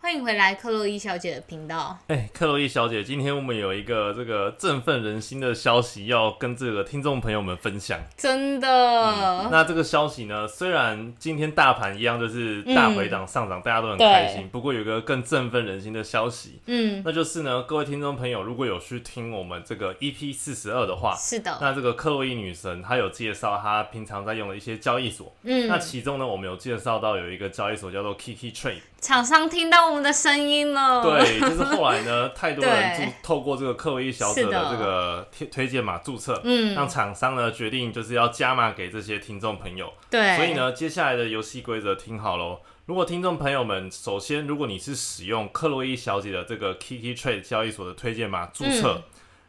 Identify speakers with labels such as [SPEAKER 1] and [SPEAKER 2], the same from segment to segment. [SPEAKER 1] 欢迎回来，克洛伊小姐的频道。
[SPEAKER 2] 哎、克洛伊小姐，今天我们有一个这个振奋人心的消息要跟这个听众朋友们分享。
[SPEAKER 1] 真的，哦
[SPEAKER 2] 那这个消息呢，虽然今天大盘一样就是大回档上涨，大家都很开心，不过有一个更振奋人心的消息，
[SPEAKER 1] 嗯，
[SPEAKER 2] 那就是呢，各位听众朋友如果有去听我们这个 EP 四十二的话，
[SPEAKER 1] 是的，
[SPEAKER 2] 那这个克洛伊女神她有介绍她平常在用的一些交易所，
[SPEAKER 1] 嗯
[SPEAKER 2] 那，其中呢，我们有介绍到有一个交易所叫做 Kiki Trade。
[SPEAKER 1] 厂商听到我们的声音了，，
[SPEAKER 2] 对，就是后来呢，太多人
[SPEAKER 1] 对
[SPEAKER 2] 注透过这个克洛伊小姐
[SPEAKER 1] 是的
[SPEAKER 2] 的这个推推荐码注册，
[SPEAKER 1] 嗯，
[SPEAKER 2] 让厂商呢决定就是要加码给这些听众朋友。
[SPEAKER 1] 对，
[SPEAKER 2] 所以，呢，接下来的游戏规则听好喽。如果听众朋友们，首先，如果你是使用克洛伊小姐的这个 Kiki Trade 交易所的推荐码注册，
[SPEAKER 1] 嗯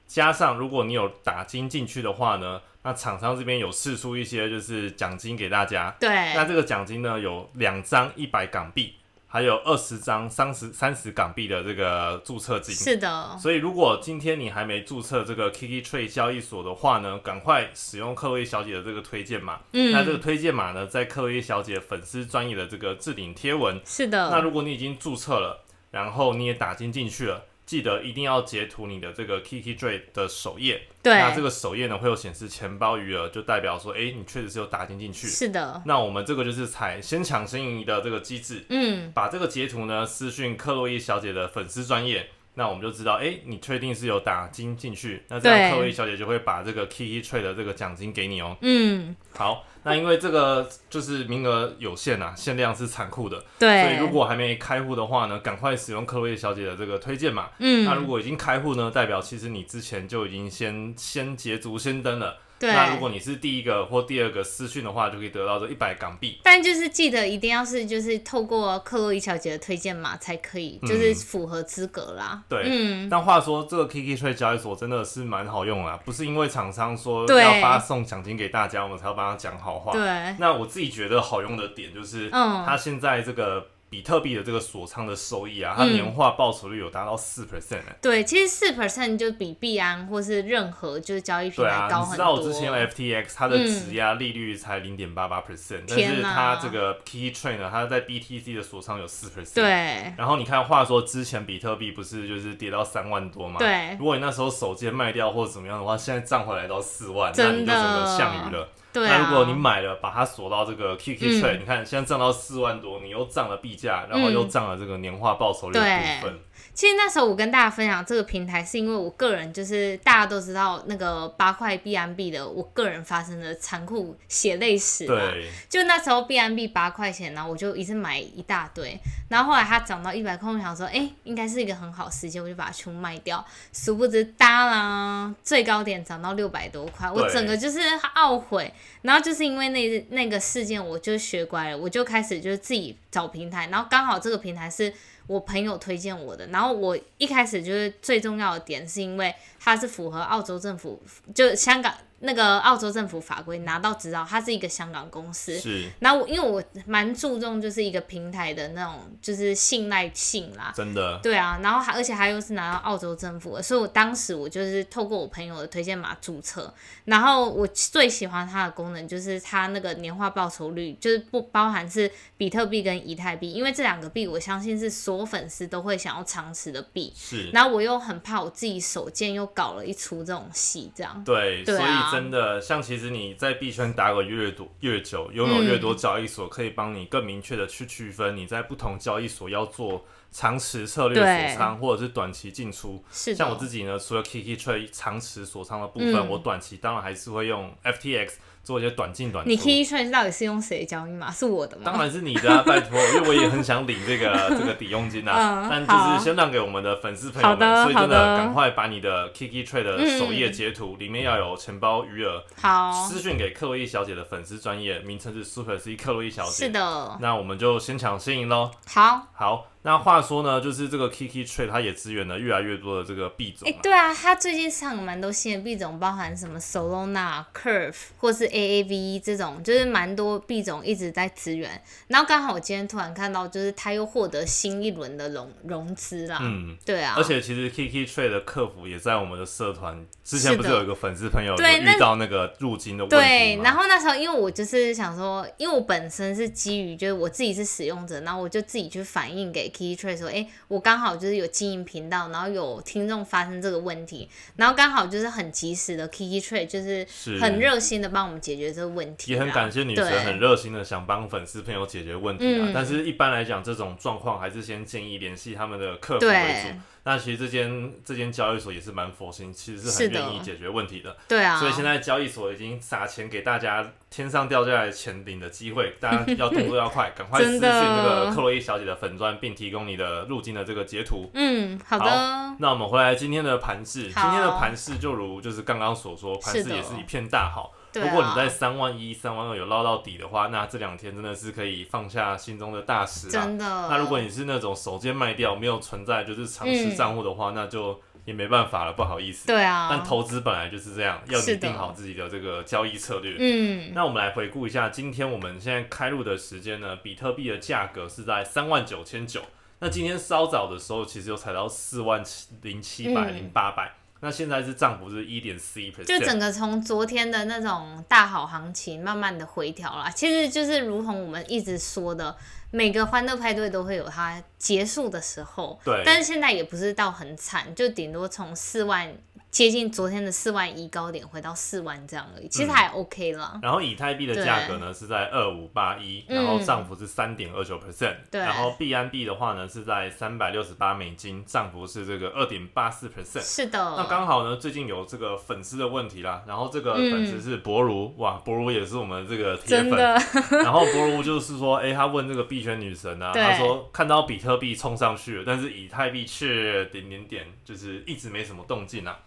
[SPEAKER 2] 加上如果你有打金进去的话呢，那厂商这边有试出一些就是奖金给大家。
[SPEAKER 1] 对，
[SPEAKER 2] 那这个奖金呢，有两张一百港币，还有二十张三十三十港币的这个注册金。
[SPEAKER 1] 是的，
[SPEAKER 2] 所以，如果今天你还没注册这个 Kiki Trade 交易所的话呢，赶快使用克洛伊小姐的这个推荐码。
[SPEAKER 1] 嗯，
[SPEAKER 2] 那这个推荐码呢，在克洛伊小姐粉丝专业的这个置顶贴文。
[SPEAKER 1] 是
[SPEAKER 2] 那
[SPEAKER 1] 的，
[SPEAKER 2] 如果你已经注册了，然后你也打进进去了，记得一定要截图你的这个 Kiki Trade 的首页。那
[SPEAKER 1] 对，
[SPEAKER 2] 这个首页呢，会有显示钱包余额，就代表说，诶，你确实是有打进进去。
[SPEAKER 1] 是的，
[SPEAKER 2] 那我们这个就是采先抢先赢的这个机制，
[SPEAKER 1] 嗯，
[SPEAKER 2] 把这个截图呢私讯克洛伊小姐的粉丝专业，那我们就知道，哎、你确定是有打金进去，那这
[SPEAKER 1] 对
[SPEAKER 2] 样克洛伊小姐就会把这个 Kiki Trade 的这个奖金给你哦。
[SPEAKER 1] 嗯，
[SPEAKER 2] 好，那因为这个就是名额有限啊，限量是残酷的，所以
[SPEAKER 1] 对，
[SPEAKER 2] 如果还没开户的话呢，赶快使用克洛伊小姐的这个推荐码。
[SPEAKER 1] 嗯，
[SPEAKER 2] 那如果已经开户呢，代表其实你之前就已经先先捷足先登了。
[SPEAKER 1] 对，
[SPEAKER 2] 那如果你是第一个或第二个私讯的话，就可以得到这一百港币。
[SPEAKER 1] 但就是记得一定要是就是透过克洛伊小姐的推荐码才可以，就是符合资格啦。
[SPEAKER 2] 嗯对
[SPEAKER 1] 嗯，
[SPEAKER 2] 但话说，这个 Kiki Trade 交易所真的是蛮好用啊，不是因为厂商说
[SPEAKER 1] 对
[SPEAKER 2] 要发送奖金给大家，我们才要帮他讲好话。
[SPEAKER 1] 对，
[SPEAKER 2] 那我自己觉得好用的点就是，
[SPEAKER 1] 嗯
[SPEAKER 2] 它现在这个比特币的这个锁仓的收益啊，它
[SPEAKER 1] 嗯
[SPEAKER 2] 年化报酬率有达到四 percent
[SPEAKER 1] 对，其实四 percent 就比币安或是任何就是交易平
[SPEAKER 2] 对
[SPEAKER 1] 台
[SPEAKER 2] 啊，
[SPEAKER 1] 高
[SPEAKER 2] 你
[SPEAKER 1] 很
[SPEAKER 2] 知
[SPEAKER 1] 多。
[SPEAKER 2] 道我之前用 FTX 它的
[SPEAKER 1] 嗯
[SPEAKER 2] 质押利率才零点八八 percent，但
[SPEAKER 1] 天
[SPEAKER 2] 是
[SPEAKER 1] 哪
[SPEAKER 2] 它这个 Kiki Trade 呢，它在 BTC 的锁仓有四 percent。。
[SPEAKER 1] 对
[SPEAKER 2] 然后你看，话说之前比特币不是就是跌到三万多吗？
[SPEAKER 1] 对
[SPEAKER 2] 如果你那时候手贱卖掉或者怎么样的话，现在涨回来到四万，那
[SPEAKER 1] 真
[SPEAKER 2] 你
[SPEAKER 1] 的
[SPEAKER 2] 就整个项羽了。
[SPEAKER 1] 对
[SPEAKER 2] 那
[SPEAKER 1] 啊！
[SPEAKER 2] 如果你买了，把它锁到这个 QQ
[SPEAKER 1] 嗯
[SPEAKER 2] Trade，、你看现在涨到四万多，你又涨了币价，然后又涨了这个年化报酬率的部分。
[SPEAKER 1] 其实那时候我跟大家分享这个平台，是因为我个人就是大家都知道那个八块 B M B 的，我个人发生的残酷血泪史啊嘛。
[SPEAKER 2] 对，
[SPEAKER 1] 就那时候 B M B 八块钱，然后我就一次买一大堆，然后后来它涨到一百块，我想说，哎、应该是一个很好时间，我就把它全部卖掉。殊不知，哒啦，最高点涨到六百多块，我
[SPEAKER 2] 对
[SPEAKER 1] 整个就是懊悔。然后就是因为那那个事件，我就学乖了，我就开始就是自己找平台，然后刚好这个平台是我朋友推荐我的，然后我一开始就是最重要的点，是因为它是符合澳洲政府，就香港那个澳洲政府法规拿到执照，它是一啊个香港公司，
[SPEAKER 2] 是
[SPEAKER 1] 然后我因为我蛮注重就是一个平台的那种就是信赖性啦，
[SPEAKER 2] 真的。
[SPEAKER 1] 对啊，然后还而且还又是拿到澳洲政府的，所以我当时我就是透过我朋友的推荐码注册，然后我最喜欢它的功能就是它那个年化报酬率，就是不包含是比特币跟以太币，因为这两个币我相信是所有粉丝都会想要长持的币，
[SPEAKER 2] 是，
[SPEAKER 1] 然后我又很怕我自己手贱又搞了一出这种戏，这样
[SPEAKER 2] 对，
[SPEAKER 1] 对
[SPEAKER 2] 所
[SPEAKER 1] 啊
[SPEAKER 2] 以真的，像其实你在币圈打滚越多越久，拥有越多交易所，可以帮你更明确的去区分你在不同交易所要做长持策略
[SPEAKER 1] 对
[SPEAKER 2] 锁仓，或者是短期进出。
[SPEAKER 1] 是的，
[SPEAKER 2] 像我自己呢，除了 Kiki Trade 长持锁仓的部分，
[SPEAKER 1] 嗯
[SPEAKER 2] 我短期当然还是会用 FTX 做一些短进短出。
[SPEAKER 1] 你 Key Trade 到底是用谁的交易码？是我的吗？
[SPEAKER 2] 当然是你 的、啊，拜托，因为我也很想领这个 这个抵佣金啊
[SPEAKER 1] 嗯，
[SPEAKER 2] 但
[SPEAKER 1] 好
[SPEAKER 2] 就是先让给我们的粉丝朋友
[SPEAKER 1] 好的
[SPEAKER 2] 们，所以真
[SPEAKER 1] 好的嗯
[SPEAKER 2] 的赶快把你的 Kiki Trade 的首页截图，里面要有钱包余额，
[SPEAKER 1] 好，
[SPEAKER 2] 私讯给克洛伊小姐的粉丝专业，名称是 Super C 克洛伊小姐。
[SPEAKER 1] 是，的，
[SPEAKER 2] 那我们就先抢先赢喽。
[SPEAKER 1] 好。
[SPEAKER 2] 好，那话说呢，就是这个 Kiki Trade 它也支援了越来越多的这个币种
[SPEAKER 1] 哎、
[SPEAKER 2] 啊、
[SPEAKER 1] 对啊，它最近上了蛮多新的币种，包含什么 Solana、Curve 或是 AAV 这种，就是蛮多币种一直在支援。然后刚好我今天突然看到，就是它又获得新一轮的融融资啦。
[SPEAKER 2] 嗯，
[SPEAKER 1] 对啊，
[SPEAKER 2] 而且其实 Kiki Trade 的客服也在我们的社团之前，
[SPEAKER 1] 是
[SPEAKER 2] 不是
[SPEAKER 1] 的
[SPEAKER 2] 有一个粉丝朋友有
[SPEAKER 1] 对那
[SPEAKER 2] 遇到那个入金的问题
[SPEAKER 1] 对，
[SPEAKER 2] 吗
[SPEAKER 1] 然后那时候因为我就是想说，因为我本身是基于就是我自己是使用者，然后我就自己去反映给 Key Trade 说，哎，我刚好就是有经营频道，然后有听众发生这个问题，然后刚好就是很及时的 Key Trade 就是
[SPEAKER 2] 是
[SPEAKER 1] 很热心的帮我们解决这个问题啊，
[SPEAKER 2] 也很感谢女神
[SPEAKER 1] 对
[SPEAKER 2] 很热心的想帮粉丝朋友解决问题啊，
[SPEAKER 1] 嗯
[SPEAKER 2] 但是一般来讲，这种状况还是先建议联系他们的客服为
[SPEAKER 1] 对
[SPEAKER 2] 主。那其实这间这间交易所也是蛮佛心，其实是
[SPEAKER 1] 是
[SPEAKER 2] 很
[SPEAKER 1] 的
[SPEAKER 2] 愿意解决问题的。
[SPEAKER 1] 对啊，
[SPEAKER 2] 所以现在交易所已经撒钱给大家天上掉下来钱领的 机会，大家要动作要快，赶快私
[SPEAKER 1] 真
[SPEAKER 2] 信
[SPEAKER 1] 的
[SPEAKER 2] 这个克洛伊小姐的粉砖，并提供你的入金的这个截图。
[SPEAKER 1] 嗯，好的，
[SPEAKER 2] 那我们回来今天的盘势，今
[SPEAKER 1] 好
[SPEAKER 2] 天的盘势就如就是刚刚所说，盘
[SPEAKER 1] 是
[SPEAKER 2] 势
[SPEAKER 1] 的
[SPEAKER 2] 也是一片大好。
[SPEAKER 1] 对、啊，
[SPEAKER 2] 如果你在三万一、三万二有捞到底的话，那这两天真的是可以放下心中的大石啊。
[SPEAKER 1] 真的，
[SPEAKER 2] 那如果你是那种手贱卖掉，没有存在就是长期账户的话，那就也没办法了，不好意思。
[SPEAKER 1] 对啊，
[SPEAKER 2] 但投资本来就是这样，要
[SPEAKER 1] 是
[SPEAKER 2] 拟
[SPEAKER 1] 的
[SPEAKER 2] 定好自己的这个交易策略。
[SPEAKER 1] 嗯，
[SPEAKER 2] 那我们来回顾一下，今天我们现在开录的时间呢，比特币的价格是在三万九千九。那今天稍早的时候，其实有踩到四万零七百、零八百。那现在是涨幅是一点四一 percent，
[SPEAKER 1] 嗯就整个从昨天的那种大好行情慢慢的回调啦，其实就是如同我们一直说的，每个欢乐派对都会有它结束的时候，
[SPEAKER 2] 对
[SPEAKER 1] 但是现在也不是到很惨，就顶多从四万接近昨天的四万一高点回到四万这样而已，其
[SPEAKER 2] 嗯
[SPEAKER 1] 实还 OK 啦，
[SPEAKER 2] 然后以太币的价格呢是在二五八一，
[SPEAKER 1] 嗯
[SPEAKER 2] 然后涨幅是三点二九 percent，
[SPEAKER 1] 对
[SPEAKER 2] 然后币安币的话呢是在三百六十八美金，涨幅是这个二点八四 percent。
[SPEAKER 1] 是
[SPEAKER 2] 那
[SPEAKER 1] 的，
[SPEAKER 2] 刚好呢，最近有这个粉丝的问题啦，然后这个
[SPEAKER 1] 嗯
[SPEAKER 2] 粉丝是博如，哇，博如也是我们这个铁
[SPEAKER 1] 真
[SPEAKER 2] 粉，
[SPEAKER 1] 的，
[SPEAKER 2] 然后博如就是说，哎、他问这个币圈女神啊，
[SPEAKER 1] 对
[SPEAKER 2] 他说看到比特币冲上去了，但是以太币却点点点，就是一直没什么动静啊。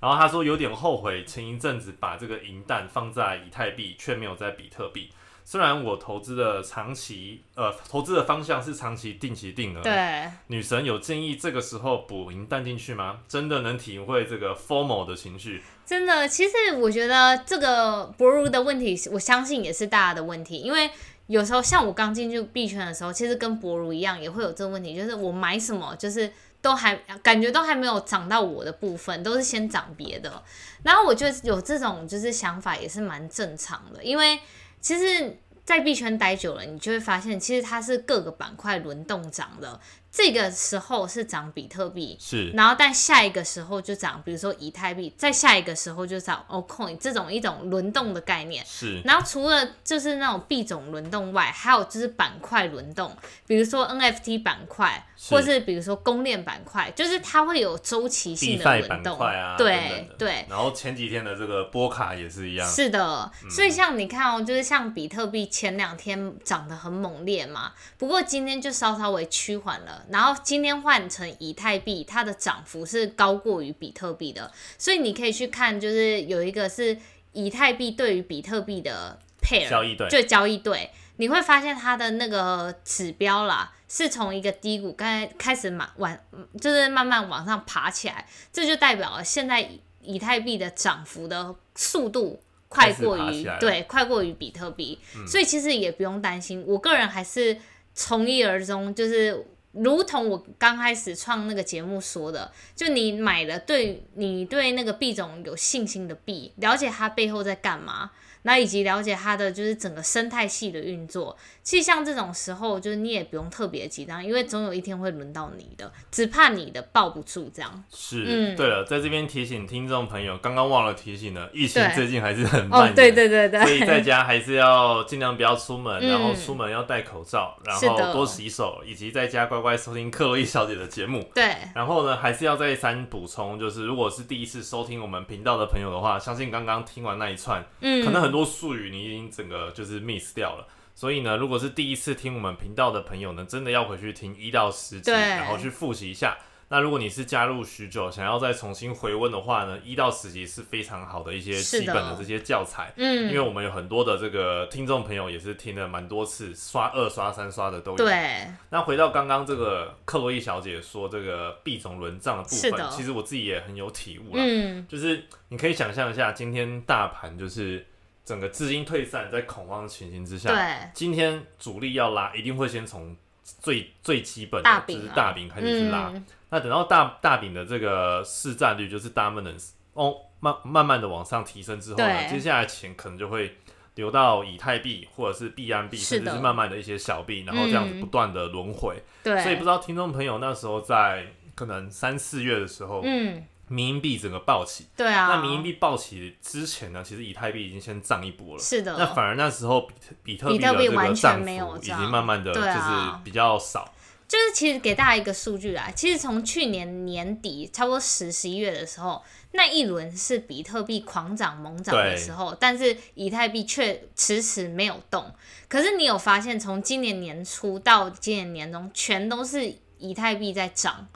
[SPEAKER 2] 然后他说有点后悔，前一阵子把这个银弹放在以太币，却没有在比特币。虽然我投资的长期，呃，投资的方向是长期定期定额。
[SPEAKER 1] 对，
[SPEAKER 2] 女神有建议这个时候补银弹进去吗？真的能体会这个 formal 的情绪？
[SPEAKER 1] 真的，其实我觉得这个博如的问题，我相信也是大家的问题，因为有时候像我刚进去币圈的时候，其实跟博如一样，也会有这个问题，就是我买什么，就是都还感觉都还没有涨到我的部分，都是先涨别的。然后我觉得有这种就是想法也是蛮正常的，因为其实。在币圈待久了，你就会发现，其实它是各个板块轮动涨的。这个时候是涨比特币，
[SPEAKER 2] 是
[SPEAKER 1] 然后但下一个时候就涨，比如说以太币，再下一个时候就涨 o coin 这种一种轮动的概念。
[SPEAKER 2] 是，
[SPEAKER 1] 然后除了就是那种币种轮动外，还有就是板块轮动，比如说 NFT 板块，
[SPEAKER 2] 是
[SPEAKER 1] 或是比如说公链板块，就是它会有周期
[SPEAKER 2] 币
[SPEAKER 1] 性的
[SPEAKER 2] 赛板
[SPEAKER 1] 轮动。
[SPEAKER 2] 块啊，等
[SPEAKER 1] 对
[SPEAKER 2] 等的
[SPEAKER 1] 对，
[SPEAKER 2] 然后前几天的这个波卡也是一样，嗯
[SPEAKER 1] 是的，所以像你看哦，就是像比特币前两天涨得很猛烈嘛，不过今天就稍稍微趋缓了。然后今天换成以太币，它的涨幅是高过于比特币的，所以你可以去看，就是有一个是以太币对于比特币的 pair
[SPEAKER 2] 交易对
[SPEAKER 1] 就交易对，你会发现它的那个指标啦，是从一个低谷刚才开始慢往，就是慢慢往上爬起来，这就代表了现在以以太币的涨幅的速度快过
[SPEAKER 2] 开始爬起
[SPEAKER 1] 于
[SPEAKER 2] 来了嗯
[SPEAKER 1] 对快过于比特币，所以其实也不用担心。我个人还是从一而终，就是。如同我刚开始创那个节目说的，就你买了对你对那个币种有信心的币，了解它背后在干嘛，那以及了解它的就是整个生态系的运作。其实像这种时候，就是你也不用特别紧张，因为总有一天会轮到你的，只怕你的抱不住这样。
[SPEAKER 2] 是，
[SPEAKER 1] 嗯
[SPEAKER 2] 对了，在这边提醒听众朋友，刚刚忘了提醒了，疫情
[SPEAKER 1] 对
[SPEAKER 2] 最近还是很蔓
[SPEAKER 1] 哦
[SPEAKER 2] 延，，
[SPEAKER 1] 对对对
[SPEAKER 2] 所以
[SPEAKER 1] 对，
[SPEAKER 2] 在家还是要尽量不要出门，
[SPEAKER 1] 嗯
[SPEAKER 2] 然后出门要戴口罩，然
[SPEAKER 1] 是的
[SPEAKER 2] 后多洗手，以及在家乖乖收听克洛伊小姐的节目。
[SPEAKER 1] 对，
[SPEAKER 2] 然后呢，还是要再三补充，就是如果是第一次收听我们频道的朋友的话，相信刚刚听完那一串，
[SPEAKER 1] 嗯，
[SPEAKER 2] 可能很多术语你已经整个就是 miss 掉了。所以呢，如果是第一次听我们频道的朋友呢，真的要回去听一到十集，
[SPEAKER 1] 对
[SPEAKER 2] 然后去复习一下。那如果你是加入许久，想要再重新回温的话呢，一到十集是非常好的一些
[SPEAKER 1] 是的
[SPEAKER 2] 基本的这些教材，因
[SPEAKER 1] 嗯，
[SPEAKER 2] 为我们有很多的这个听众朋友也是听了蛮多次，刷二刷三刷的都有。
[SPEAKER 1] 对，
[SPEAKER 2] 那回到刚刚这个克洛伊小姐说这个币种轮涨的部
[SPEAKER 1] 是的
[SPEAKER 2] 分，其实我自己也很有体悟啦。
[SPEAKER 1] 嗯，
[SPEAKER 2] 就是你可以想象一下，今天大盘就是整个资金退散在恐慌的情形之下，
[SPEAKER 1] 对，
[SPEAKER 2] 今天主力要拉，一定会先从最最基本的
[SPEAKER 1] 大饼啊
[SPEAKER 2] 就是大饼开始去拉。
[SPEAKER 1] 嗯，
[SPEAKER 2] 那等到大大饼的这个市占率就是 dominance 哦，慢慢慢的往上提升之后呢，
[SPEAKER 1] 对
[SPEAKER 2] 接下来钱可能就会流到以太币或者是币安币，
[SPEAKER 1] 是
[SPEAKER 2] 甚
[SPEAKER 1] 的
[SPEAKER 2] 至是慢慢的一些小币，然后这样子
[SPEAKER 1] 嗯
[SPEAKER 2] 不断的轮回。
[SPEAKER 1] 对，
[SPEAKER 2] 所以不知道听众朋友那时候在可能三四月的时候，
[SPEAKER 1] 嗯，
[SPEAKER 2] 民营币整个暴起。
[SPEAKER 1] 对啊，
[SPEAKER 2] 那民营币暴起之前呢，其实以太币已经先涨一波了。
[SPEAKER 1] 是的，
[SPEAKER 2] 那反而那时候比特比特币
[SPEAKER 1] 比特币
[SPEAKER 2] 的这
[SPEAKER 1] 完
[SPEAKER 2] 个
[SPEAKER 1] 全
[SPEAKER 2] 涨
[SPEAKER 1] 没有
[SPEAKER 2] 幅已经
[SPEAKER 1] 涨
[SPEAKER 2] 慢慢的就
[SPEAKER 1] 对啊
[SPEAKER 2] 是比较少，
[SPEAKER 1] 就是其实给大家一个数据啦，其实从去年年底差不多十十一月的时候，那一轮是比特币狂涨猛涨的
[SPEAKER 2] 对
[SPEAKER 1] 时候，但是以太币却迟迟没有动。可是你有发现，从今年年初到今年年中，全都是以太币在涨。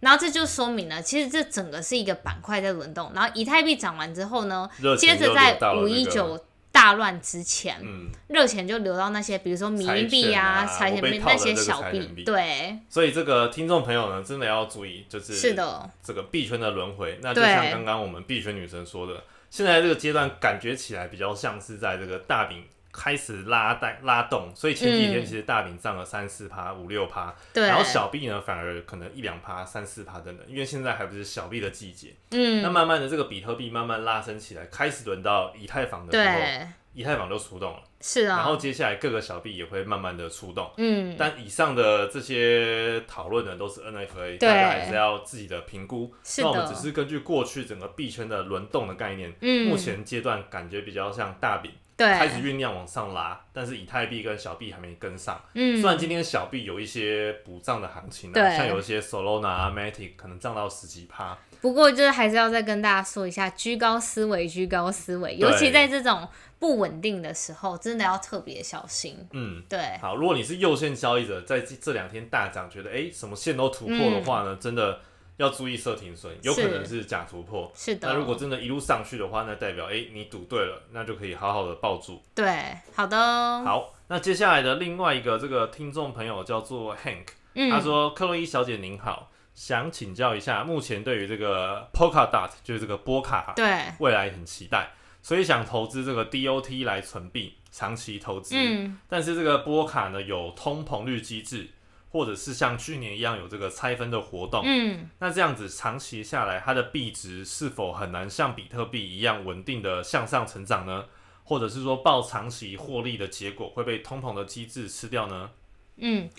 [SPEAKER 1] 然后这就说明了，其实这整个是一个板块在轮动。然后以太币涨完之后呢，
[SPEAKER 2] 热钱
[SPEAKER 1] 接着
[SPEAKER 2] 又
[SPEAKER 1] 在
[SPEAKER 2] 流到了
[SPEAKER 1] 五
[SPEAKER 2] 这
[SPEAKER 1] 一
[SPEAKER 2] 个
[SPEAKER 1] 九大乱之前，
[SPEAKER 2] 嗯，
[SPEAKER 1] 热钱就流到那些，比如说民
[SPEAKER 2] 柴
[SPEAKER 1] 营币
[SPEAKER 2] 犬
[SPEAKER 1] 啊、
[SPEAKER 2] 啊
[SPEAKER 1] 财
[SPEAKER 2] 我
[SPEAKER 1] 险
[SPEAKER 2] 被
[SPEAKER 1] 币
[SPEAKER 2] 套
[SPEAKER 1] 那
[SPEAKER 2] 了
[SPEAKER 1] 些
[SPEAKER 2] 这个
[SPEAKER 1] 小
[SPEAKER 2] 柴
[SPEAKER 1] 币
[SPEAKER 2] 犬，币
[SPEAKER 1] 对，
[SPEAKER 2] 所以这个听众朋友呢，真的要注意，就是
[SPEAKER 1] 是的，
[SPEAKER 2] 这个币圈的轮回。那就
[SPEAKER 1] 对
[SPEAKER 2] 像刚刚我们币圈女神说的，现在这个阶段感觉起来比较像是在这个大饼开始拉带拉动，所以前几
[SPEAKER 1] 嗯
[SPEAKER 2] 天其实大饼涨了三四趴、五六趴，
[SPEAKER 1] 对，
[SPEAKER 2] 然后小币呢反而可能一两趴、三四趴等等，因为现在还不是小币的季节。那
[SPEAKER 1] 嗯，
[SPEAKER 2] 慢慢的这个比特币慢慢拉升起来，开始轮到以太坊的时候，
[SPEAKER 1] 对，
[SPEAKER 2] 以太坊就出动了，
[SPEAKER 1] 是啊，
[SPEAKER 2] 然后接下来各个小币也会慢慢的出动。
[SPEAKER 1] 嗯，
[SPEAKER 2] 但以上的这些讨论呢，都是
[SPEAKER 1] 对
[SPEAKER 2] NFA，大家还是要自己的评估。
[SPEAKER 1] 是
[SPEAKER 2] 那我们
[SPEAKER 1] 的，
[SPEAKER 2] 只是根据过去整个币圈的轮动的概念，
[SPEAKER 1] 嗯，
[SPEAKER 2] 目前阶段感觉比较像大饼开始
[SPEAKER 1] 对，
[SPEAKER 2] 酝酿往上拉，但是以太币跟小币还没跟上。
[SPEAKER 1] 嗯，
[SPEAKER 2] 虽然今天小币有一些补涨的行情、
[SPEAKER 1] 对
[SPEAKER 2] 啊，像有一些 Solana 啊、Matic 可能涨到十几趴，
[SPEAKER 1] 不过就是还是要再跟大家说一下，居高思维，居高思维，尤
[SPEAKER 2] 对
[SPEAKER 1] 其在这种不稳定的时候，真的要特别小心。
[SPEAKER 2] 嗯。
[SPEAKER 1] 对，
[SPEAKER 2] 好，如果你是右线交易者，在这这两天大涨，觉得哎、诶什么线都突破的话呢，真的要注意设停损，有可能是假突破。
[SPEAKER 1] 嗯是的。
[SPEAKER 2] 那如果真的一路上去的话，那代表哎、诶你赌对了，那就可以好好的抱住。
[SPEAKER 1] 对，好的哦，
[SPEAKER 2] 好，那接下来的另外一个这个听众朋友叫做 Hank，、他
[SPEAKER 1] 嗯，
[SPEAKER 2] 说：“克洛伊小姐您好，想请教一下，目前对于这个 Polkadot 就是这个波卡，
[SPEAKER 1] 对，
[SPEAKER 2] 未来很期待，所以想投资这个 DOT 来存币，长期投资。
[SPEAKER 1] 嗯，
[SPEAKER 2] 但是这个波卡呢有通膨率机制，或者是像去年一样有这个拆分的活动。
[SPEAKER 1] 嗯，
[SPEAKER 2] 那这样子长期下来，它的币值是否很难像比特币一样稳定的向上成长呢？或者是说报长期获利的结果会被通膨的机制吃掉呢？
[SPEAKER 1] 嗯，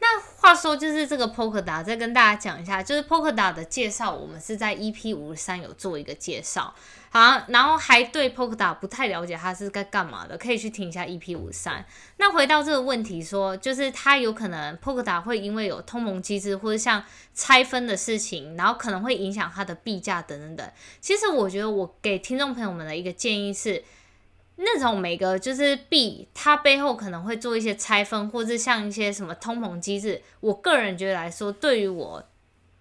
[SPEAKER 1] 那话说就是这个 Polkadot，再跟大家讲一下，就是 Polkadot 的介绍，我们是在 EP 五十三有做一个介绍，好，然后还对 Polkadot 不太了解它是该干嘛的，可以去听一下 EP 五三。那回到这个问题说，就是它有可能 Polkadot 会因为有通膨机制或者像拆分的事情，然后可能会影响它的币价等等等。其实我觉得我给听众朋友们的一个建议是，那种每个就是币，它背后可能会做一些拆分，或是像一些什么通膨机制。我个人觉得来说，对于我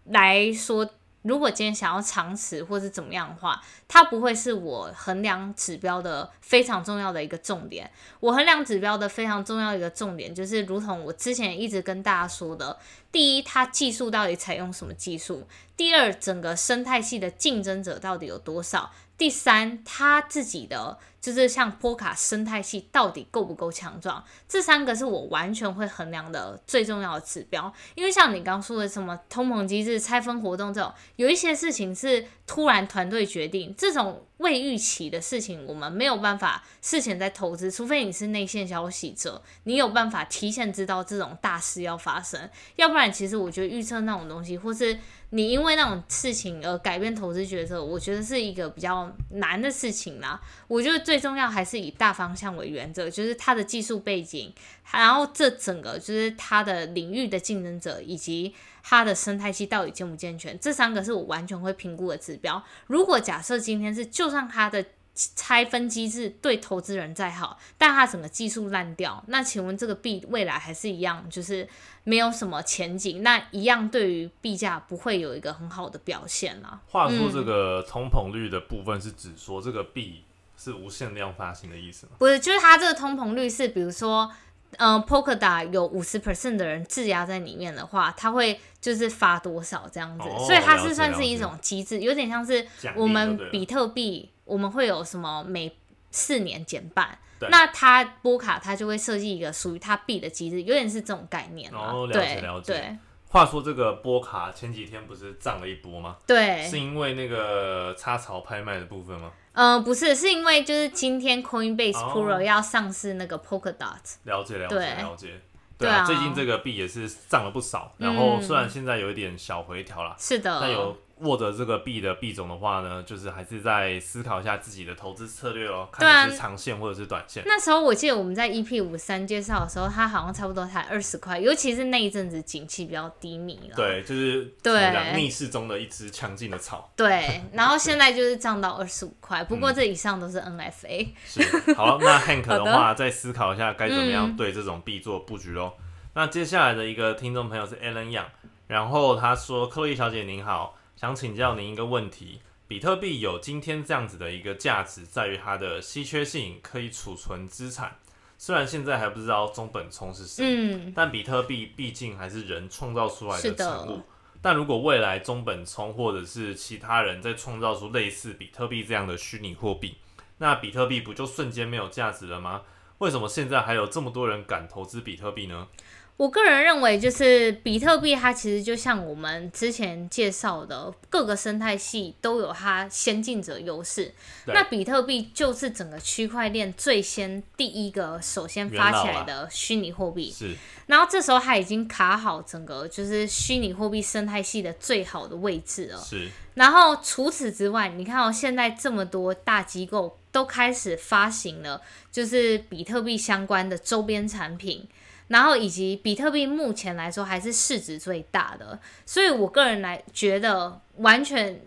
[SPEAKER 1] 来说，如果今天想要长持或是怎么样的话，它不会是我衡量指标的非常重要的一个重点。我衡量指标的非常重要一个重点，就是如同我之前一直跟大家说的，第一，它技术到底采用什么技术；第二，整个生态系的竞争者到底有多少；第三，它自己的就是像波卡生态系到底够不够强壮。这三个是我完全会衡量的最重要的指标。因为像你刚说的什么通膨机制、拆分活动这种，有一些事情是突然团队决定，这种未预期的事情，我们没有办法事前在投资，除非你是内线消息者，你有办法提前知道这种大事要发生，要不然其实我觉得预测那种东西，或是你因为那种事情而改变投资决策，我觉得是一个比较难的事情啦。我觉得最重要还是以大方向为原则，就是它的技术背景，然后这整个就是它的领域的竞争者，以及它的生态系到底健不健全，这三个是我完全会评估的指标。如果假设今天是，就算它的拆分机制对投资人再好，但它整个技术烂掉，那请问这个币未来还是一样，就是没有什么前景，那一样对于币价不会有一个很好的表现啦。
[SPEAKER 2] 话说这个通膨率的部分是指说这个币是无限量发行的意思吗？
[SPEAKER 1] 不是，就是它这个通膨率是，比如说，嗯、呃、，Polkadot 有五十 percent 的人质押在里面的话，它会就是发多少这样子，
[SPEAKER 2] 哦
[SPEAKER 1] 所以它
[SPEAKER 2] 了
[SPEAKER 1] 是
[SPEAKER 2] 解
[SPEAKER 1] 算
[SPEAKER 2] 了
[SPEAKER 1] 是一
[SPEAKER 2] 解
[SPEAKER 1] 种机制，有点像是
[SPEAKER 2] 奖励
[SPEAKER 1] 我
[SPEAKER 2] 就
[SPEAKER 1] 们
[SPEAKER 2] 对了
[SPEAKER 1] 比特币我们会有什么每四年减半
[SPEAKER 2] 对。
[SPEAKER 1] 那它波卡它就会设计一个属于它币的机制，有点是这种概念啦
[SPEAKER 2] 哦了解
[SPEAKER 1] 对
[SPEAKER 2] 了解
[SPEAKER 1] 对
[SPEAKER 2] 话说这个波卡前几天不是涨了一波吗？
[SPEAKER 1] 对，
[SPEAKER 2] 是因为那个插槽拍卖的部分吗？
[SPEAKER 1] 嗯，不是，是因为就是今天 Coinbase
[SPEAKER 2] 哦
[SPEAKER 1] Pro 要上市那个 Polkadot，
[SPEAKER 2] 了解了解
[SPEAKER 1] 对
[SPEAKER 2] 了解。
[SPEAKER 1] 对
[SPEAKER 2] 对啊，
[SPEAKER 1] 啊
[SPEAKER 2] 最近这个币也是涨了不少，然后
[SPEAKER 1] 嗯呃
[SPEAKER 2] 虽然现在有一点小回调啦，
[SPEAKER 1] 是的，
[SPEAKER 2] 但有握着这个币的币种的话呢，就是还是在思考一下自己的投资策略哦，
[SPEAKER 1] 对啊啊
[SPEAKER 2] 看你是长线或者是短线。
[SPEAKER 1] 那时候我记得我们在 EP 五三介绍的时候，它好像差不多才二十块，尤其是那一阵子景气比较低迷了。
[SPEAKER 2] 对，就是
[SPEAKER 1] 对
[SPEAKER 2] 怎么讲逆势中的一只强劲的草。
[SPEAKER 1] 对然后现在就是涨到二十五块，
[SPEAKER 2] 嗯
[SPEAKER 1] 不过这以上都是 NFA。
[SPEAKER 2] 是，好，那 Hank
[SPEAKER 1] 好的
[SPEAKER 2] 的话再思考一下该怎么样对这种币做布局喽。那接下来的一个听众朋友是 Alan Yang，然后他说：“克洛伊小姐您好，想请教您一个问题。比特币有今天这样子的一个价值，在于它的稀缺性，可以储存资产。虽然现在还不知道中本聪是谁，
[SPEAKER 1] 嗯，
[SPEAKER 2] 但比特币毕竟还是人创造出来
[SPEAKER 1] 是
[SPEAKER 2] 的
[SPEAKER 1] 的
[SPEAKER 2] 产物。但如果未来中本聪或者是其他人再创造出类似比特币这样的虚拟货币，那比特币不就瞬间没有价值了吗？为什么现在还有这么多人敢投资比特币呢？
[SPEAKER 1] 我个人认为，就是比特币它其实就像我们之前介绍的各个生态系都有它先进者优势。
[SPEAKER 2] 对
[SPEAKER 1] 那比特币就是整个区块链最先第一个首先发起来的虚拟货币。
[SPEAKER 2] 是
[SPEAKER 1] 然后这时候它已经卡好整个就是虚拟货币生态系的最好的位置了。
[SPEAKER 2] 是，
[SPEAKER 1] 然后除此之外，你看哦，现在这么多大机构都开始发行了，就是比特币相关的周边产品。然后以及比特币目前来说还是市值最大的，所以我个人来觉得完全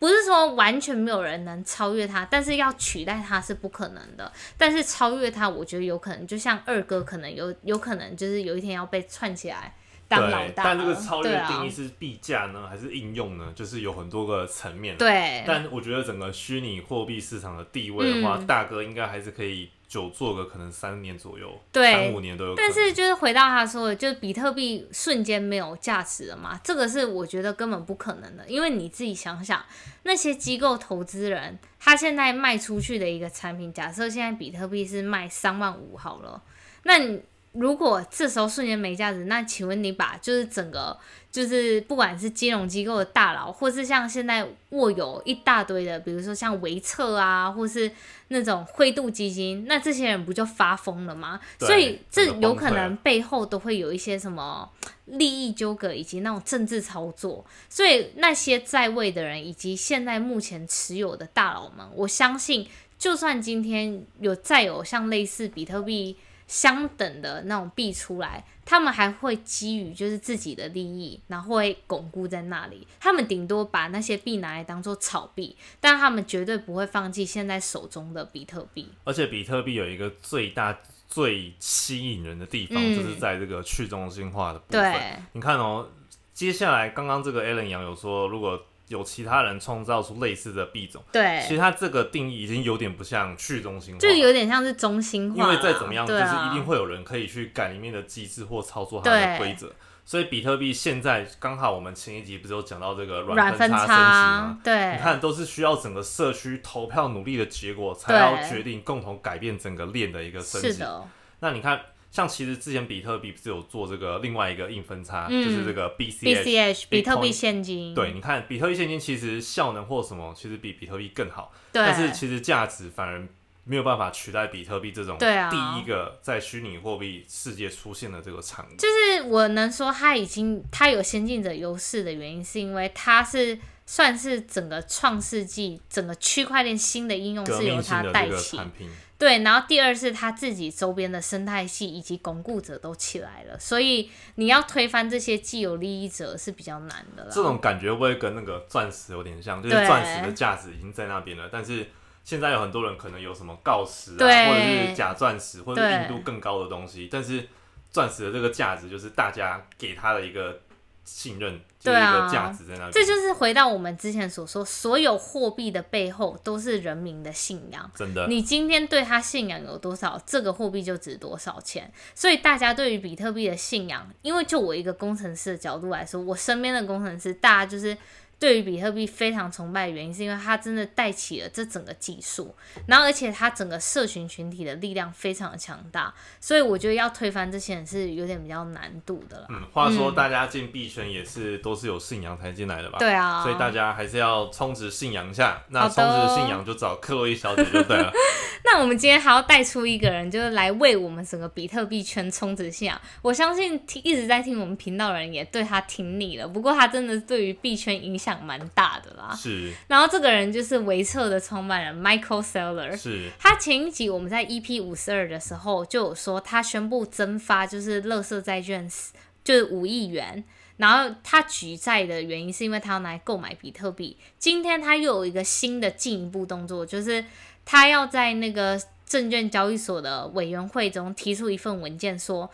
[SPEAKER 1] 不是说完全没有人能超越它，但是要取代它是不可能的。但是超越它，我觉得有可能，就像二哥可能有有可能就是有一天要被串起来当老
[SPEAKER 2] 对。
[SPEAKER 1] 大了。
[SPEAKER 2] 但这个超
[SPEAKER 1] 对
[SPEAKER 2] 越
[SPEAKER 1] 啊
[SPEAKER 2] 定义是币价呢，还是应用呢？就是有很多个层面。。啊
[SPEAKER 1] 对，
[SPEAKER 2] 但我觉得整个虚拟货币市场的地位的话，
[SPEAKER 1] 嗯
[SPEAKER 2] 大哥应该还是可以久做个可能三年左右，
[SPEAKER 1] 对
[SPEAKER 2] 三五年都有可能。
[SPEAKER 1] 但是就是回到他说的，就是比特币瞬间没有价值了嘛？这个是我觉得根本不可能的，因为你自己想想，那些机构投资人他现在卖出去的一个产品，假设现在比特币是卖三万五好了，那你如果这时候瞬间没价值，那请问你把就是整个就是不管是金融机构的大佬，或是像现在握有一大堆的，比如说像维策啊，或是那种灰度基金，那这些人不就发疯了吗？
[SPEAKER 2] 对
[SPEAKER 1] 所以这
[SPEAKER 2] 整个崩
[SPEAKER 1] 有
[SPEAKER 2] 溃
[SPEAKER 1] 可能
[SPEAKER 2] 了
[SPEAKER 1] 背后都会有一些什么利益纠葛，以及那种政治操作。所以那些在位的人，以及现在目前持有的大佬们，我相信，就算今天有再有像类似比特币相等的那种币出来，他们还会基于就是自己的利益，然后会巩固在那里。他们顶多把那些币拿来当做炒币，但他们绝对不会放弃现在手中的比特币。
[SPEAKER 2] 而且比特币有一个最大最吸引人的地方，
[SPEAKER 1] 嗯
[SPEAKER 2] 就是在这个去中心化的部分。
[SPEAKER 1] 对，
[SPEAKER 2] 你看哦，接下来刚刚这个 Alan 杨有说，如果有其他人创造出类似的币种，其
[SPEAKER 1] 对，
[SPEAKER 2] 实它这个定义已经有点不像去中心化，
[SPEAKER 1] 就有点像是中心化
[SPEAKER 2] 因
[SPEAKER 1] 啦，
[SPEAKER 2] 为再怎么样，就
[SPEAKER 1] 对
[SPEAKER 2] 是
[SPEAKER 1] 啊、
[SPEAKER 2] 一定会有人可以去改里面的机制或操作它的
[SPEAKER 1] 对
[SPEAKER 2] 规则。所以比特币现在刚好我们前一集不是有讲到这个
[SPEAKER 1] 软
[SPEAKER 2] 软
[SPEAKER 1] 分
[SPEAKER 2] 分叉升级吗？
[SPEAKER 1] 叉，啊对啊
[SPEAKER 2] 你，看，都是需要整个社区投票努力的结果，才
[SPEAKER 1] 对
[SPEAKER 2] 要决定共同改变整个链的一个升
[SPEAKER 1] 是
[SPEAKER 2] 级。
[SPEAKER 1] 的，哦
[SPEAKER 2] 那你看，像其实之前比特币不是有做这个另外一个硬分叉，
[SPEAKER 1] 嗯
[SPEAKER 2] 就是这个 BCH。
[SPEAKER 1] BCH 比特币
[SPEAKER 2] Bitcoin
[SPEAKER 1] 现金，
[SPEAKER 2] 对，你看，比特币现金其实效能或什么，其实比比特币更好，
[SPEAKER 1] 对，
[SPEAKER 2] 但是其实价值反而没有办法取代比特币这种
[SPEAKER 1] 对啊
[SPEAKER 2] 第一个在虚拟货币世界出现的这个产物。
[SPEAKER 1] 就是我能说它已经它有先进者优势的原因，是因为它是算是整个创世纪整个区块链新的应用
[SPEAKER 2] 革
[SPEAKER 1] 是由
[SPEAKER 2] 命性
[SPEAKER 1] 它
[SPEAKER 2] 的
[SPEAKER 1] 带
[SPEAKER 2] 这个
[SPEAKER 1] 起，
[SPEAKER 2] 产品，
[SPEAKER 1] 对，然后第二是它自己周边的生态系以及巩固者都起来了，所以你要推翻这些既有利益者是比较难的啦。啊
[SPEAKER 2] 这种感觉会不会跟那个钻石有点像？就是
[SPEAKER 1] 对
[SPEAKER 2] 钻石的价值已经在那边了，但是现在有很多人可能有什么锆石啊，
[SPEAKER 1] 对
[SPEAKER 2] 或者是假钻石，或者是
[SPEAKER 1] 对
[SPEAKER 2] 硬度更高的东西，但是钻石的这个价值就是大家给它的一个信任，就
[SPEAKER 1] 对
[SPEAKER 2] 是一
[SPEAKER 1] 啊
[SPEAKER 2] 个价值在那边。
[SPEAKER 1] 这就是回到我们之前所说，所有货币的背后都是人民的信仰。
[SPEAKER 2] 真的，
[SPEAKER 1] 你今天对它信仰有多少，这个货币就值多少钱。所以大家对于比特币的信仰，因为就我一个工程师的角度来说，我身边的工程师，大家就是对于比特币非常崇拜的原因，是因为它真的带起了这整个技术，然后而且它整个社群群体的力量非常的强大，所以我觉得要推翻这些人是有点比较难度的啦。
[SPEAKER 2] 嗯，话说
[SPEAKER 1] 嗯
[SPEAKER 2] 大家进币圈也是都是有信仰才进来的吧？
[SPEAKER 1] 对啊，
[SPEAKER 2] 所以大家还是要充值信仰一下。
[SPEAKER 1] 好
[SPEAKER 2] 那充
[SPEAKER 1] 的
[SPEAKER 2] 值信仰就找克洛伊小姐就对了。
[SPEAKER 1] 那我们今天还要带出一个人，就是来为我们整个比特币圈充值信仰。我相信听一直在听我们频道的人也对他挺腻了，不过他真的对于币圈影响蛮大的啦。
[SPEAKER 2] 是
[SPEAKER 1] 然后这个人就是维策的创办人 Michael Saylor。
[SPEAKER 2] 是，
[SPEAKER 1] 他前一集我们在 EP 五十二的时候就有说，他宣布增发就是乐色债券四，就是五亿元。然后他举债的原因是因为他要拿来购买比特币。今天他又有一个新的进一步动作，就是他要在那个证券交易所的委员会中提出一份文件说。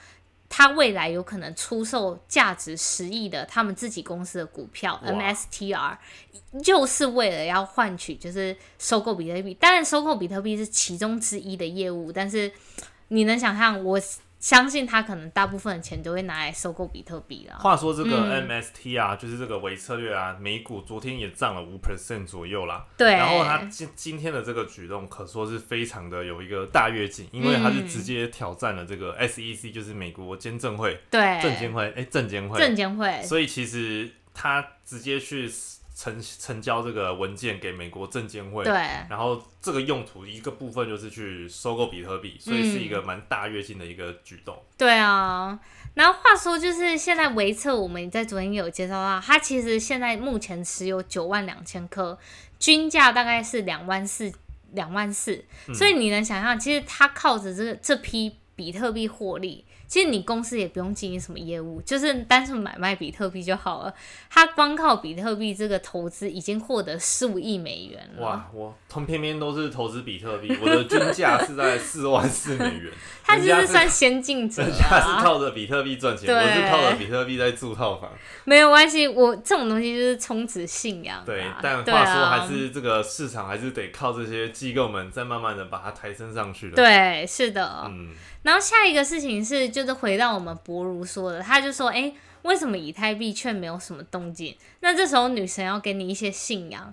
[SPEAKER 1] 他未来有可能出售价值十亿的他们自己公司的股票
[SPEAKER 2] 哇
[SPEAKER 1] MSTR，就是为了要换取就是收购比特币。当然，收购比特币是其中之一的业务，但是你能想象，我相信他可能大部分的钱都会拿来收购比特币了。
[SPEAKER 2] 话说这
[SPEAKER 1] 嗯
[SPEAKER 2] 个 MST 啊，就是这个微策略啊，美股昨天也涨了五 percent 左右啦。
[SPEAKER 1] 对，
[SPEAKER 2] 然后他今今天的这个举动可说是非常的有一个大跃进，因为他是直接挑战了这个 SEC，就是美国监证会、
[SPEAKER 1] 对
[SPEAKER 2] 证监会，哎，证监会。
[SPEAKER 1] 证监会，
[SPEAKER 2] 所以其实他直接去成成交这个文件给美国证监会，
[SPEAKER 1] 对
[SPEAKER 2] 然后这个用途一个部分就是去收购比特币，所以是
[SPEAKER 1] 嗯
[SPEAKER 2] 一个蛮大跃进的一个举动。
[SPEAKER 1] 对啊。然后话说，就是现在维策，我们在昨天也有介绍到，它其实现在目前持有九万两千颗，均价大概是两万四，两万四。
[SPEAKER 2] 嗯
[SPEAKER 1] 所以你能想象，其实它靠着这个这批比特币获利，其实你公司也不用经营什么业务，就是单纯买卖比特币就好了。它光靠比特币这个投资，已经获得十五亿美元了。
[SPEAKER 2] 哇，我通偏偏都是投资比特币，我的均价是在四万四美 元，
[SPEAKER 1] 他就
[SPEAKER 2] 人家
[SPEAKER 1] 是算先进者
[SPEAKER 2] 人家是
[SPEAKER 1] 啊，
[SPEAKER 2] 靠着比特币赚钱，
[SPEAKER 1] 对啊
[SPEAKER 2] 我是靠着比特币在住套房。
[SPEAKER 1] 没有关系，我这种东西就是充值信仰啊、
[SPEAKER 2] 对，但
[SPEAKER 1] 对
[SPEAKER 2] 话说
[SPEAKER 1] 啊
[SPEAKER 2] 还是这个市场还是得靠这些机构们再慢慢的把它抬升上去的。，
[SPEAKER 1] 对，是的。
[SPEAKER 2] 嗯，
[SPEAKER 1] 然后下一个事情是，就是回到我们博如说的，他就说，哎，为什么以太币却没有什么动静？那这时候女神要给你一些信仰，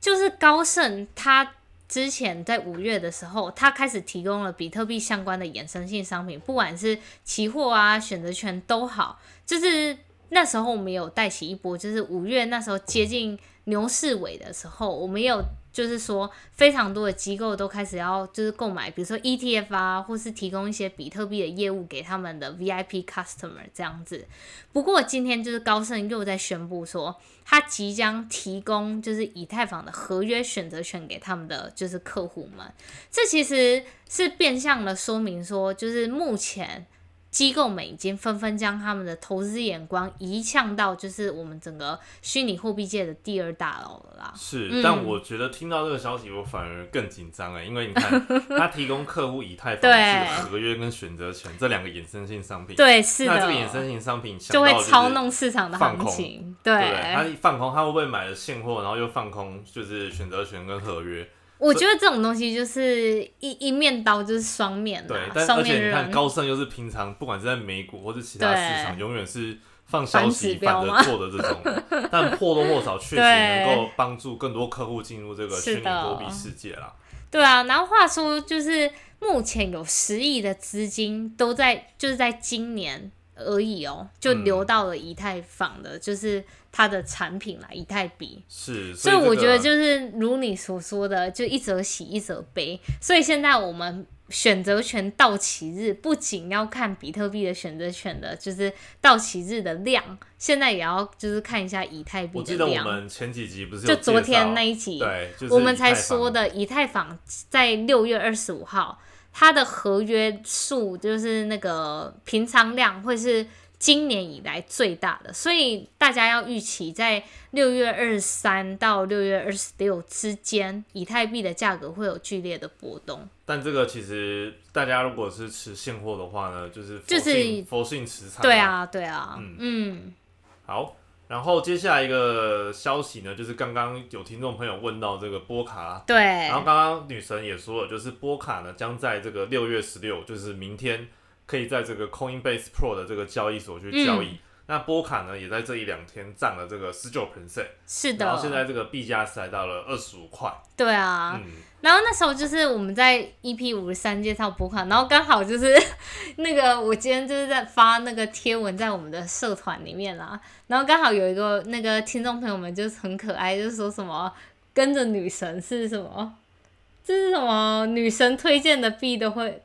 [SPEAKER 1] 就是高盛他。之前在五月的时候，他开始提供了比特币相关的衍生性商品，不管是期货啊、选择权都好。就是那时候我们有带起一波，就是五月那时候接近牛市尾的时候，我们也有就是说非常多的机构都开始要就是购买，比如说 ETF 啊，或是提供一些比特币的业务给他们的 VIP customer 这样子。不过今天就是高盛又在宣布说，他即将提供就是以太坊的合约选择权给他们的就是客户们。这其实是变相的说明说，就是目前。机构们已经纷纷将他们的投资眼光移向到就是我们整个虚拟货币界的第二大佬了啦。
[SPEAKER 2] 是，
[SPEAKER 1] 嗯
[SPEAKER 2] 但我觉得听到这个消息，我反而更紧张欸了，因为 你看，他提供客户以太坊
[SPEAKER 1] 对
[SPEAKER 2] 是合约跟选择权这两个衍生性商品，
[SPEAKER 1] 对，是
[SPEAKER 2] 那
[SPEAKER 1] 的，
[SPEAKER 2] 这个衍生性商品想
[SPEAKER 1] 就
[SPEAKER 2] 到
[SPEAKER 1] 会
[SPEAKER 2] 就是
[SPEAKER 1] 操弄市场的
[SPEAKER 2] 放
[SPEAKER 1] 行
[SPEAKER 2] 空
[SPEAKER 1] 情。
[SPEAKER 2] 对不对，他一放空，他会不会买了现货，然后又放空，就是选择权跟合约？
[SPEAKER 1] 我觉得这种东西就是一一面刀就是双面
[SPEAKER 2] 对，
[SPEAKER 1] 的，
[SPEAKER 2] 但
[SPEAKER 1] 双
[SPEAKER 2] 而
[SPEAKER 1] 啊面
[SPEAKER 2] 且你看
[SPEAKER 1] 刃。
[SPEAKER 2] 高盛又是平常不管是在美股或是其他市场，
[SPEAKER 1] 对
[SPEAKER 2] 永远是放消息
[SPEAKER 1] 反指标
[SPEAKER 2] 反
[SPEAKER 1] 吗
[SPEAKER 2] 着做的这种， 但或多或少确实
[SPEAKER 1] 对
[SPEAKER 2] 能够帮助更多客户进入这个
[SPEAKER 1] 是
[SPEAKER 2] 虚拟
[SPEAKER 1] 的
[SPEAKER 2] 货币世界啦。
[SPEAKER 1] 对啊，然后话说就是目前有十亿的资金都在，就是在今年而已哦，就
[SPEAKER 2] 嗯
[SPEAKER 1] 流到了以太坊的，就是它的产品啦，以太币。
[SPEAKER 2] 是，
[SPEAKER 1] 所以
[SPEAKER 2] 以这
[SPEAKER 1] 我
[SPEAKER 2] 个
[SPEAKER 1] 觉得就是如你所说的，就一则喜一则悲。所以现在我们选择权到期日，不仅要看比特币的选择权的，就是到期日的量，现在也要就是看一下以太币
[SPEAKER 2] 我
[SPEAKER 1] 的
[SPEAKER 2] 记得我
[SPEAKER 1] 量。
[SPEAKER 2] 们前几集不是有
[SPEAKER 1] 就昨
[SPEAKER 2] 介绍
[SPEAKER 1] 天那一集，
[SPEAKER 2] 对，就是
[SPEAKER 1] 我们才
[SPEAKER 2] 以太坊
[SPEAKER 1] 说的以太坊在六月二十五号，它的合约数就是那个平仓量会是今年以来最大的，所以大家要预期在六月二十三到六月二十六之间，以太币的价格会有剧烈的波动。
[SPEAKER 2] 但这个其实大家如果是持现货的话呢，就是佛
[SPEAKER 1] 就是
[SPEAKER 2] 性佛性持仓。
[SPEAKER 1] 对，啊，对啊，
[SPEAKER 2] 嗯
[SPEAKER 1] 嗯，
[SPEAKER 2] 好。然后接下来一个消息呢，就是刚刚有听众朋友问到这个波卡，
[SPEAKER 1] 对
[SPEAKER 2] 然，后刚刚女神也说了，就是波卡呢将在这
[SPEAKER 1] 嗯
[SPEAKER 2] 个六月十六，就是明天，可以在这个 Coinbase Pro 的这个交易所去交易。那波卡呢也在这一两天涨了这个十九 percent，
[SPEAKER 1] 是
[SPEAKER 2] 然后现在
[SPEAKER 1] 的，
[SPEAKER 2] 这个币价是来到了二十五块，
[SPEAKER 1] 对啊，
[SPEAKER 2] 嗯，
[SPEAKER 1] 然后那时候就是我们在 EP 五十三介绍博卡，然后刚好就是 那个我今天就是在发那个贴文在我们的社团里面啦，然后刚好有一个那个听众朋友们就是很可爱，就是说什么跟着女神是什么，这是什么女神推荐的币都会，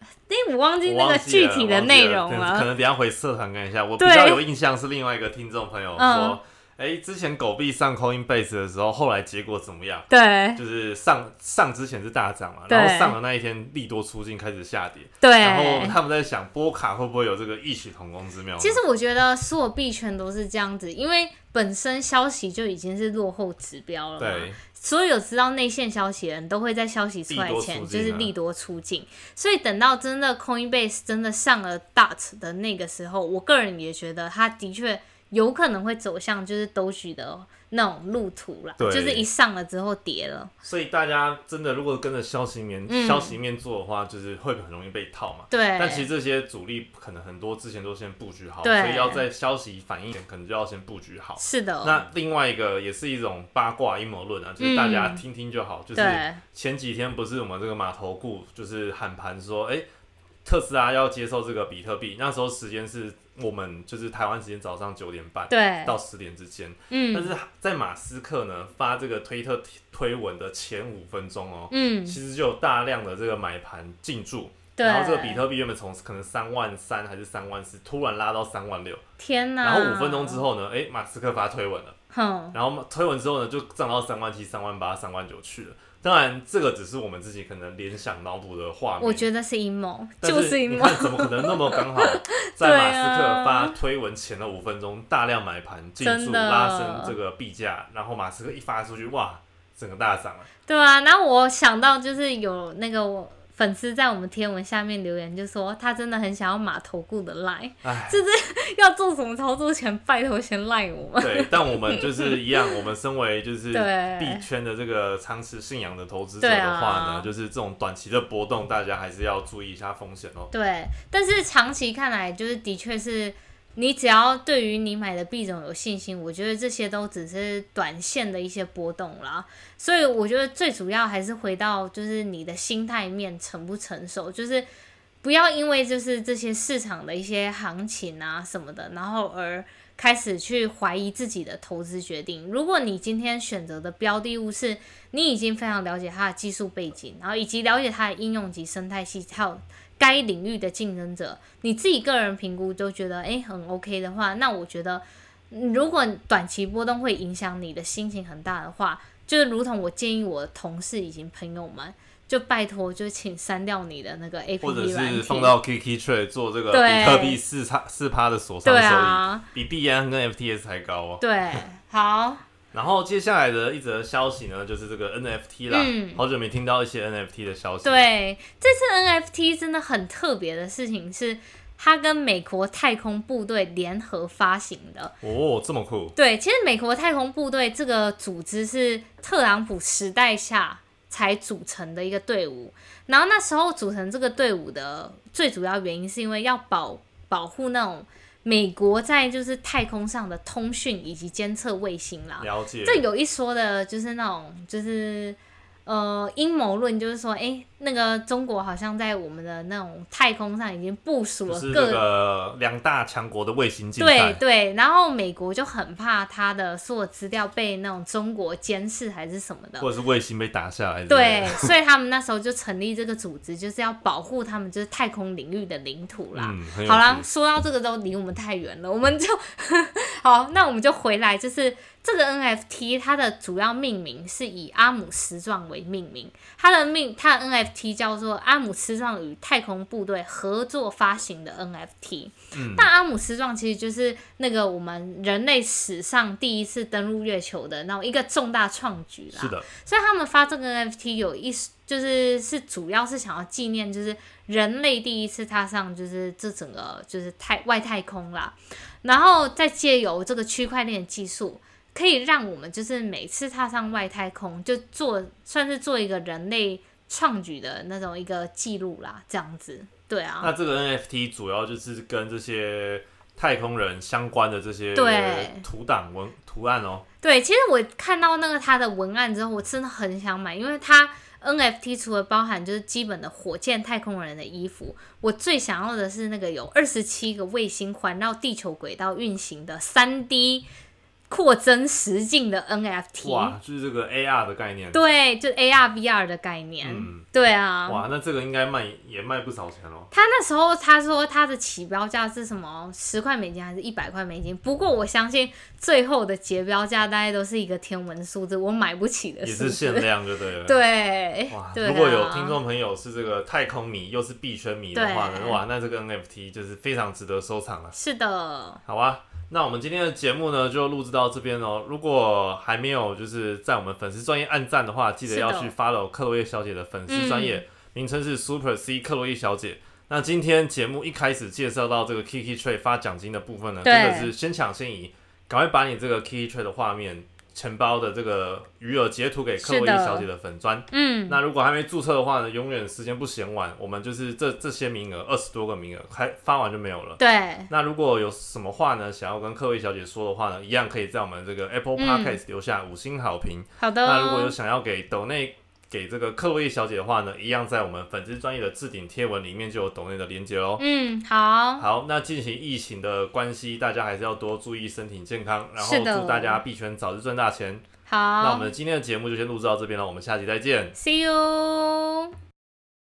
[SPEAKER 1] 哎，我忘记
[SPEAKER 2] 我
[SPEAKER 1] 那
[SPEAKER 2] 忘
[SPEAKER 1] 个
[SPEAKER 2] 记
[SPEAKER 1] 具
[SPEAKER 2] 了
[SPEAKER 1] 体
[SPEAKER 2] 忘
[SPEAKER 1] 的
[SPEAKER 2] 记
[SPEAKER 1] 内
[SPEAKER 2] 了
[SPEAKER 1] 容
[SPEAKER 2] 可能
[SPEAKER 1] 了
[SPEAKER 2] 可。能等一下回社团看一下。我比
[SPEAKER 1] 对
[SPEAKER 2] 较有印象是另外一个听众朋友
[SPEAKER 1] 嗯
[SPEAKER 2] 说，哎、之前狗币上 Coinbase 的时候，后来结果怎么样？
[SPEAKER 1] 对
[SPEAKER 2] 就是上上之前是大涨嘛，
[SPEAKER 1] 对
[SPEAKER 2] 然后上的那一天利多出尽开始下跌，然后
[SPEAKER 1] 对，
[SPEAKER 2] 他们在想波卡会不会有这个异曲同工之妙呢？
[SPEAKER 1] 其实我觉得所有币圈都是这样子，因为本身消息就已经是落后指标了嘛。
[SPEAKER 2] 对，
[SPEAKER 1] 所有知道内线消息的人都会在消息出来
[SPEAKER 2] 利多出
[SPEAKER 1] 前
[SPEAKER 2] 尽
[SPEAKER 1] 就
[SPEAKER 2] 啊
[SPEAKER 1] 是利多出尽，所以等到真的 Coinbase 真的上了 DOT 的那个时候，我个人也觉得它的确有可能会走向就是都许的那种路途啦，
[SPEAKER 2] 对
[SPEAKER 1] 就是一上了之后跌了，
[SPEAKER 2] 所以大家真的如果跟着消息面、
[SPEAKER 1] 嗯
[SPEAKER 2] 消息面做的话，就是会很容易被套嘛。
[SPEAKER 1] 对，
[SPEAKER 2] 但其实这些主力可能很多之前都先布局好，所
[SPEAKER 1] 对
[SPEAKER 2] 以要在消息反应前可能就要先布局好。
[SPEAKER 1] 是的，
[SPEAKER 2] 那另外一个也是一种八卦阴谋论啊，就是大家听听就好。就是
[SPEAKER 1] 嗯对，
[SPEAKER 2] 前几天不是我们这个码头顾就是喊盘说，哎、特斯拉要接受这个比特币，那时候时间是我们就是台湾时间早上九点半
[SPEAKER 1] 对，
[SPEAKER 2] 到十点之间，但
[SPEAKER 1] 嗯
[SPEAKER 2] 是在马斯克呢发这个推特推文的前五分钟哦，
[SPEAKER 1] 嗯，
[SPEAKER 2] 其实就有大量的这个买盘进驻。
[SPEAKER 1] 对，嗯
[SPEAKER 2] 然后这个比特币原本从可能三万三还是三万四，突然拉到三万六，
[SPEAKER 1] 天哪，
[SPEAKER 2] 然后五分钟之，后呢，哎，马斯克发推文了，
[SPEAKER 1] 哼，
[SPEAKER 2] 然后推文之后呢，就涨到三万七、三万八、三万九去了。当然，这个只是我们自己可能联想脑补的画面，
[SPEAKER 1] 我觉得是阴谋，
[SPEAKER 2] 但
[SPEAKER 1] 就是阴
[SPEAKER 2] 你
[SPEAKER 1] 谋，
[SPEAKER 2] 看怎么可能那么 刚好在马斯克发推文前的五分钟大量买盘进
[SPEAKER 1] 啊真
[SPEAKER 2] 驻，
[SPEAKER 1] 的
[SPEAKER 2] 拉升这个币价，然后马斯克一发出去，哇，整个大涨了。
[SPEAKER 1] 对啊，然后我想到就是有那个我粉丝在我们贴文下面留言，就说他真的很想要码头顾的赖，
[SPEAKER 2] 哎，
[SPEAKER 1] 要做什么操作前拜托先赖我们。
[SPEAKER 2] 对，但我们就是一样，我们身为就是
[SPEAKER 1] 对
[SPEAKER 2] 币圈的这个长期信仰的投资者
[SPEAKER 1] 对
[SPEAKER 2] 的
[SPEAKER 1] 啊
[SPEAKER 2] 话呢，就是这种短期的波动，大家还是要注意一下风险哦。
[SPEAKER 1] 对，但是长期看来，就是的确是你只要对于你买的币种有信心，我觉得这些都只是短线的一些波动啦。所以我觉得最主要还是回到就是你的心态面成不成熟，就是不要因为就是这些市场的一些行情啊什么的，然后而开始去怀疑自己的投资决定。如果你今天选择的标的物是你已经非常了解它的技术背景，然后以及了解它的应用及生态系，还有该领域的竞争者，你自己个人评估都觉得诶很 OK 的话，那我觉得嗯如果短期波动会影响你的心情很大的话，就是如同我建议我同事以及朋友们，就拜托就请删掉你的那个 APP
[SPEAKER 2] 或者
[SPEAKER 1] 软
[SPEAKER 2] 是
[SPEAKER 1] 体
[SPEAKER 2] 放到 KK Trade 做这个
[SPEAKER 1] 对
[SPEAKER 2] 比特币四差四趴的锁上
[SPEAKER 1] 对
[SPEAKER 2] 收益，
[SPEAKER 1] 啊，
[SPEAKER 2] 比币安跟 FTS 还高哦。
[SPEAKER 1] 对，好，
[SPEAKER 2] 然后接下来的一则消息呢，就是这个 NFT 啦，
[SPEAKER 1] 嗯
[SPEAKER 2] 好久没听到一些 NFT 的消息。，
[SPEAKER 1] 对，这次 NFT 真的很特别的事情是，它跟美国太空部队联合发行的。
[SPEAKER 2] 哦，这么酷，
[SPEAKER 1] 对，其实美国太空部队这个组织是特朗普时代下才组成的一个队伍，然后那时候组成这个队伍的最主要原因是因为要保保护那种美国在就是太空上的通讯以及监测卫星啦。
[SPEAKER 2] 了解。
[SPEAKER 1] 这有一说的，就是那种就是呃阴谋论，就是说，哎，那个中国好像在我们的那种太空上已经部署
[SPEAKER 2] 就
[SPEAKER 1] 了
[SPEAKER 2] 是
[SPEAKER 1] 各、
[SPEAKER 2] 这个两大强国的卫星竞
[SPEAKER 1] 对
[SPEAKER 2] 赛，
[SPEAKER 1] 对，然后美国就很怕他的所有资料被那种中国监视还是什么的。
[SPEAKER 2] 或者是卫星被打下来之类
[SPEAKER 1] 对
[SPEAKER 2] 的。，
[SPEAKER 1] 所以他们那时候就成立这个组织，就是要保护他们就是太空领域的领土啦。
[SPEAKER 2] 嗯，很有
[SPEAKER 1] 好啦，
[SPEAKER 2] 趣
[SPEAKER 1] 说到这个都离我们太远了，我们就 好，那我们就回来，就是这个 NFT 它的主要命名是以阿姆斯壮为命名，它的命它的 NFT 叫做阿姆斯壮与太空部队合作发行的 NFT。
[SPEAKER 2] 嗯
[SPEAKER 1] 那阿姆斯壮其实就是那个我们人类史上第一次登陆月球的那种一个重大创举啦。
[SPEAKER 2] 是的，
[SPEAKER 1] 所以他们发这个 NFT 有一就是是主要是想要纪念，就是人类第一次踏上就是这整个就是太外太空啦，然后再借由这个区块链技术，可以让我们就是每次踏上外太空就做算是做一个人类创举的那种一个记录啦，这样子，对啊，
[SPEAKER 2] 那这个 NFT 主要就是跟这些太空人相关的这些
[SPEAKER 1] 对
[SPEAKER 2] 图档文图案哦。
[SPEAKER 1] 对，其实我看到那个它的文案之后，我真的很想买，因为它 NFT 除了包含就是基本的火箭太空人的衣服，我最想要的是那个有二十七个卫星环绕地球轨道运行的三 D 扩增实境的 NFT。
[SPEAKER 2] 哇，就是这个 AR 的概念。
[SPEAKER 1] 对，就 AR VR 的概念。
[SPEAKER 2] 嗯
[SPEAKER 1] 对啊。
[SPEAKER 2] 哇，那这个应该卖也卖不少钱哦。
[SPEAKER 1] 他那时候他说他的起标价是什么十块美金还是一百块美金？不过我相信最后的结标价大概都是一个天文数字，我买不起的
[SPEAKER 2] 也
[SPEAKER 1] 数字。
[SPEAKER 2] 是限量，就对了。。
[SPEAKER 1] 对
[SPEAKER 2] 哇，，
[SPEAKER 1] 对啊
[SPEAKER 2] 如果有听众朋友是这个太空迷又是币圈迷的话呢，
[SPEAKER 1] 对
[SPEAKER 2] 哇，那这个 NFT 就是非常值得收藏了。
[SPEAKER 1] 是的，
[SPEAKER 2] 好啊，那我们今天的节目呢就录制到这边哦。如果还没有就是在我们粉丝专业按赞的话，记得
[SPEAKER 1] 是的嗯
[SPEAKER 2] 要去 follow 克洛伊小姐的粉丝专业，名称是 Super C 克洛伊小姐。那今天节目一开始介绍到这个 Kiki Trade 发奖金的部分呢，
[SPEAKER 1] 对
[SPEAKER 2] 真的是先抢先赢，赶快把你这个 Kiki Trade 的画面、钱包的这个余额截图给克洛伊
[SPEAKER 1] 是的
[SPEAKER 2] 小姐的粉砖。
[SPEAKER 1] 嗯，
[SPEAKER 2] 那如果还没注册的话呢，永远时间不嫌晚，我们就是这这些名额二十多个名额，开发完就没有了。
[SPEAKER 1] 对，
[SPEAKER 2] 那如果有什么话呢，想要跟各位小姐说的话呢，一样可以在我们这个 Apple
[SPEAKER 1] 嗯哦
[SPEAKER 2] Podcast 留下五星好评。
[SPEAKER 1] 好的。
[SPEAKER 2] 那如果有想要给抖内给这个克洛伊小姐的话呢，一样在我们粉丝专业的置顶贴文里面就有抖内的连接喽。
[SPEAKER 1] 嗯，好，
[SPEAKER 2] 好，那进行疫情的关系，大家还是要多注意身体健康，然后
[SPEAKER 1] 是的
[SPEAKER 2] 祝大家币圈早日赚大钱。那我
[SPEAKER 1] 好
[SPEAKER 2] 们今天的节目就先录制到这边了，我们下期再见。
[SPEAKER 1] ，See you。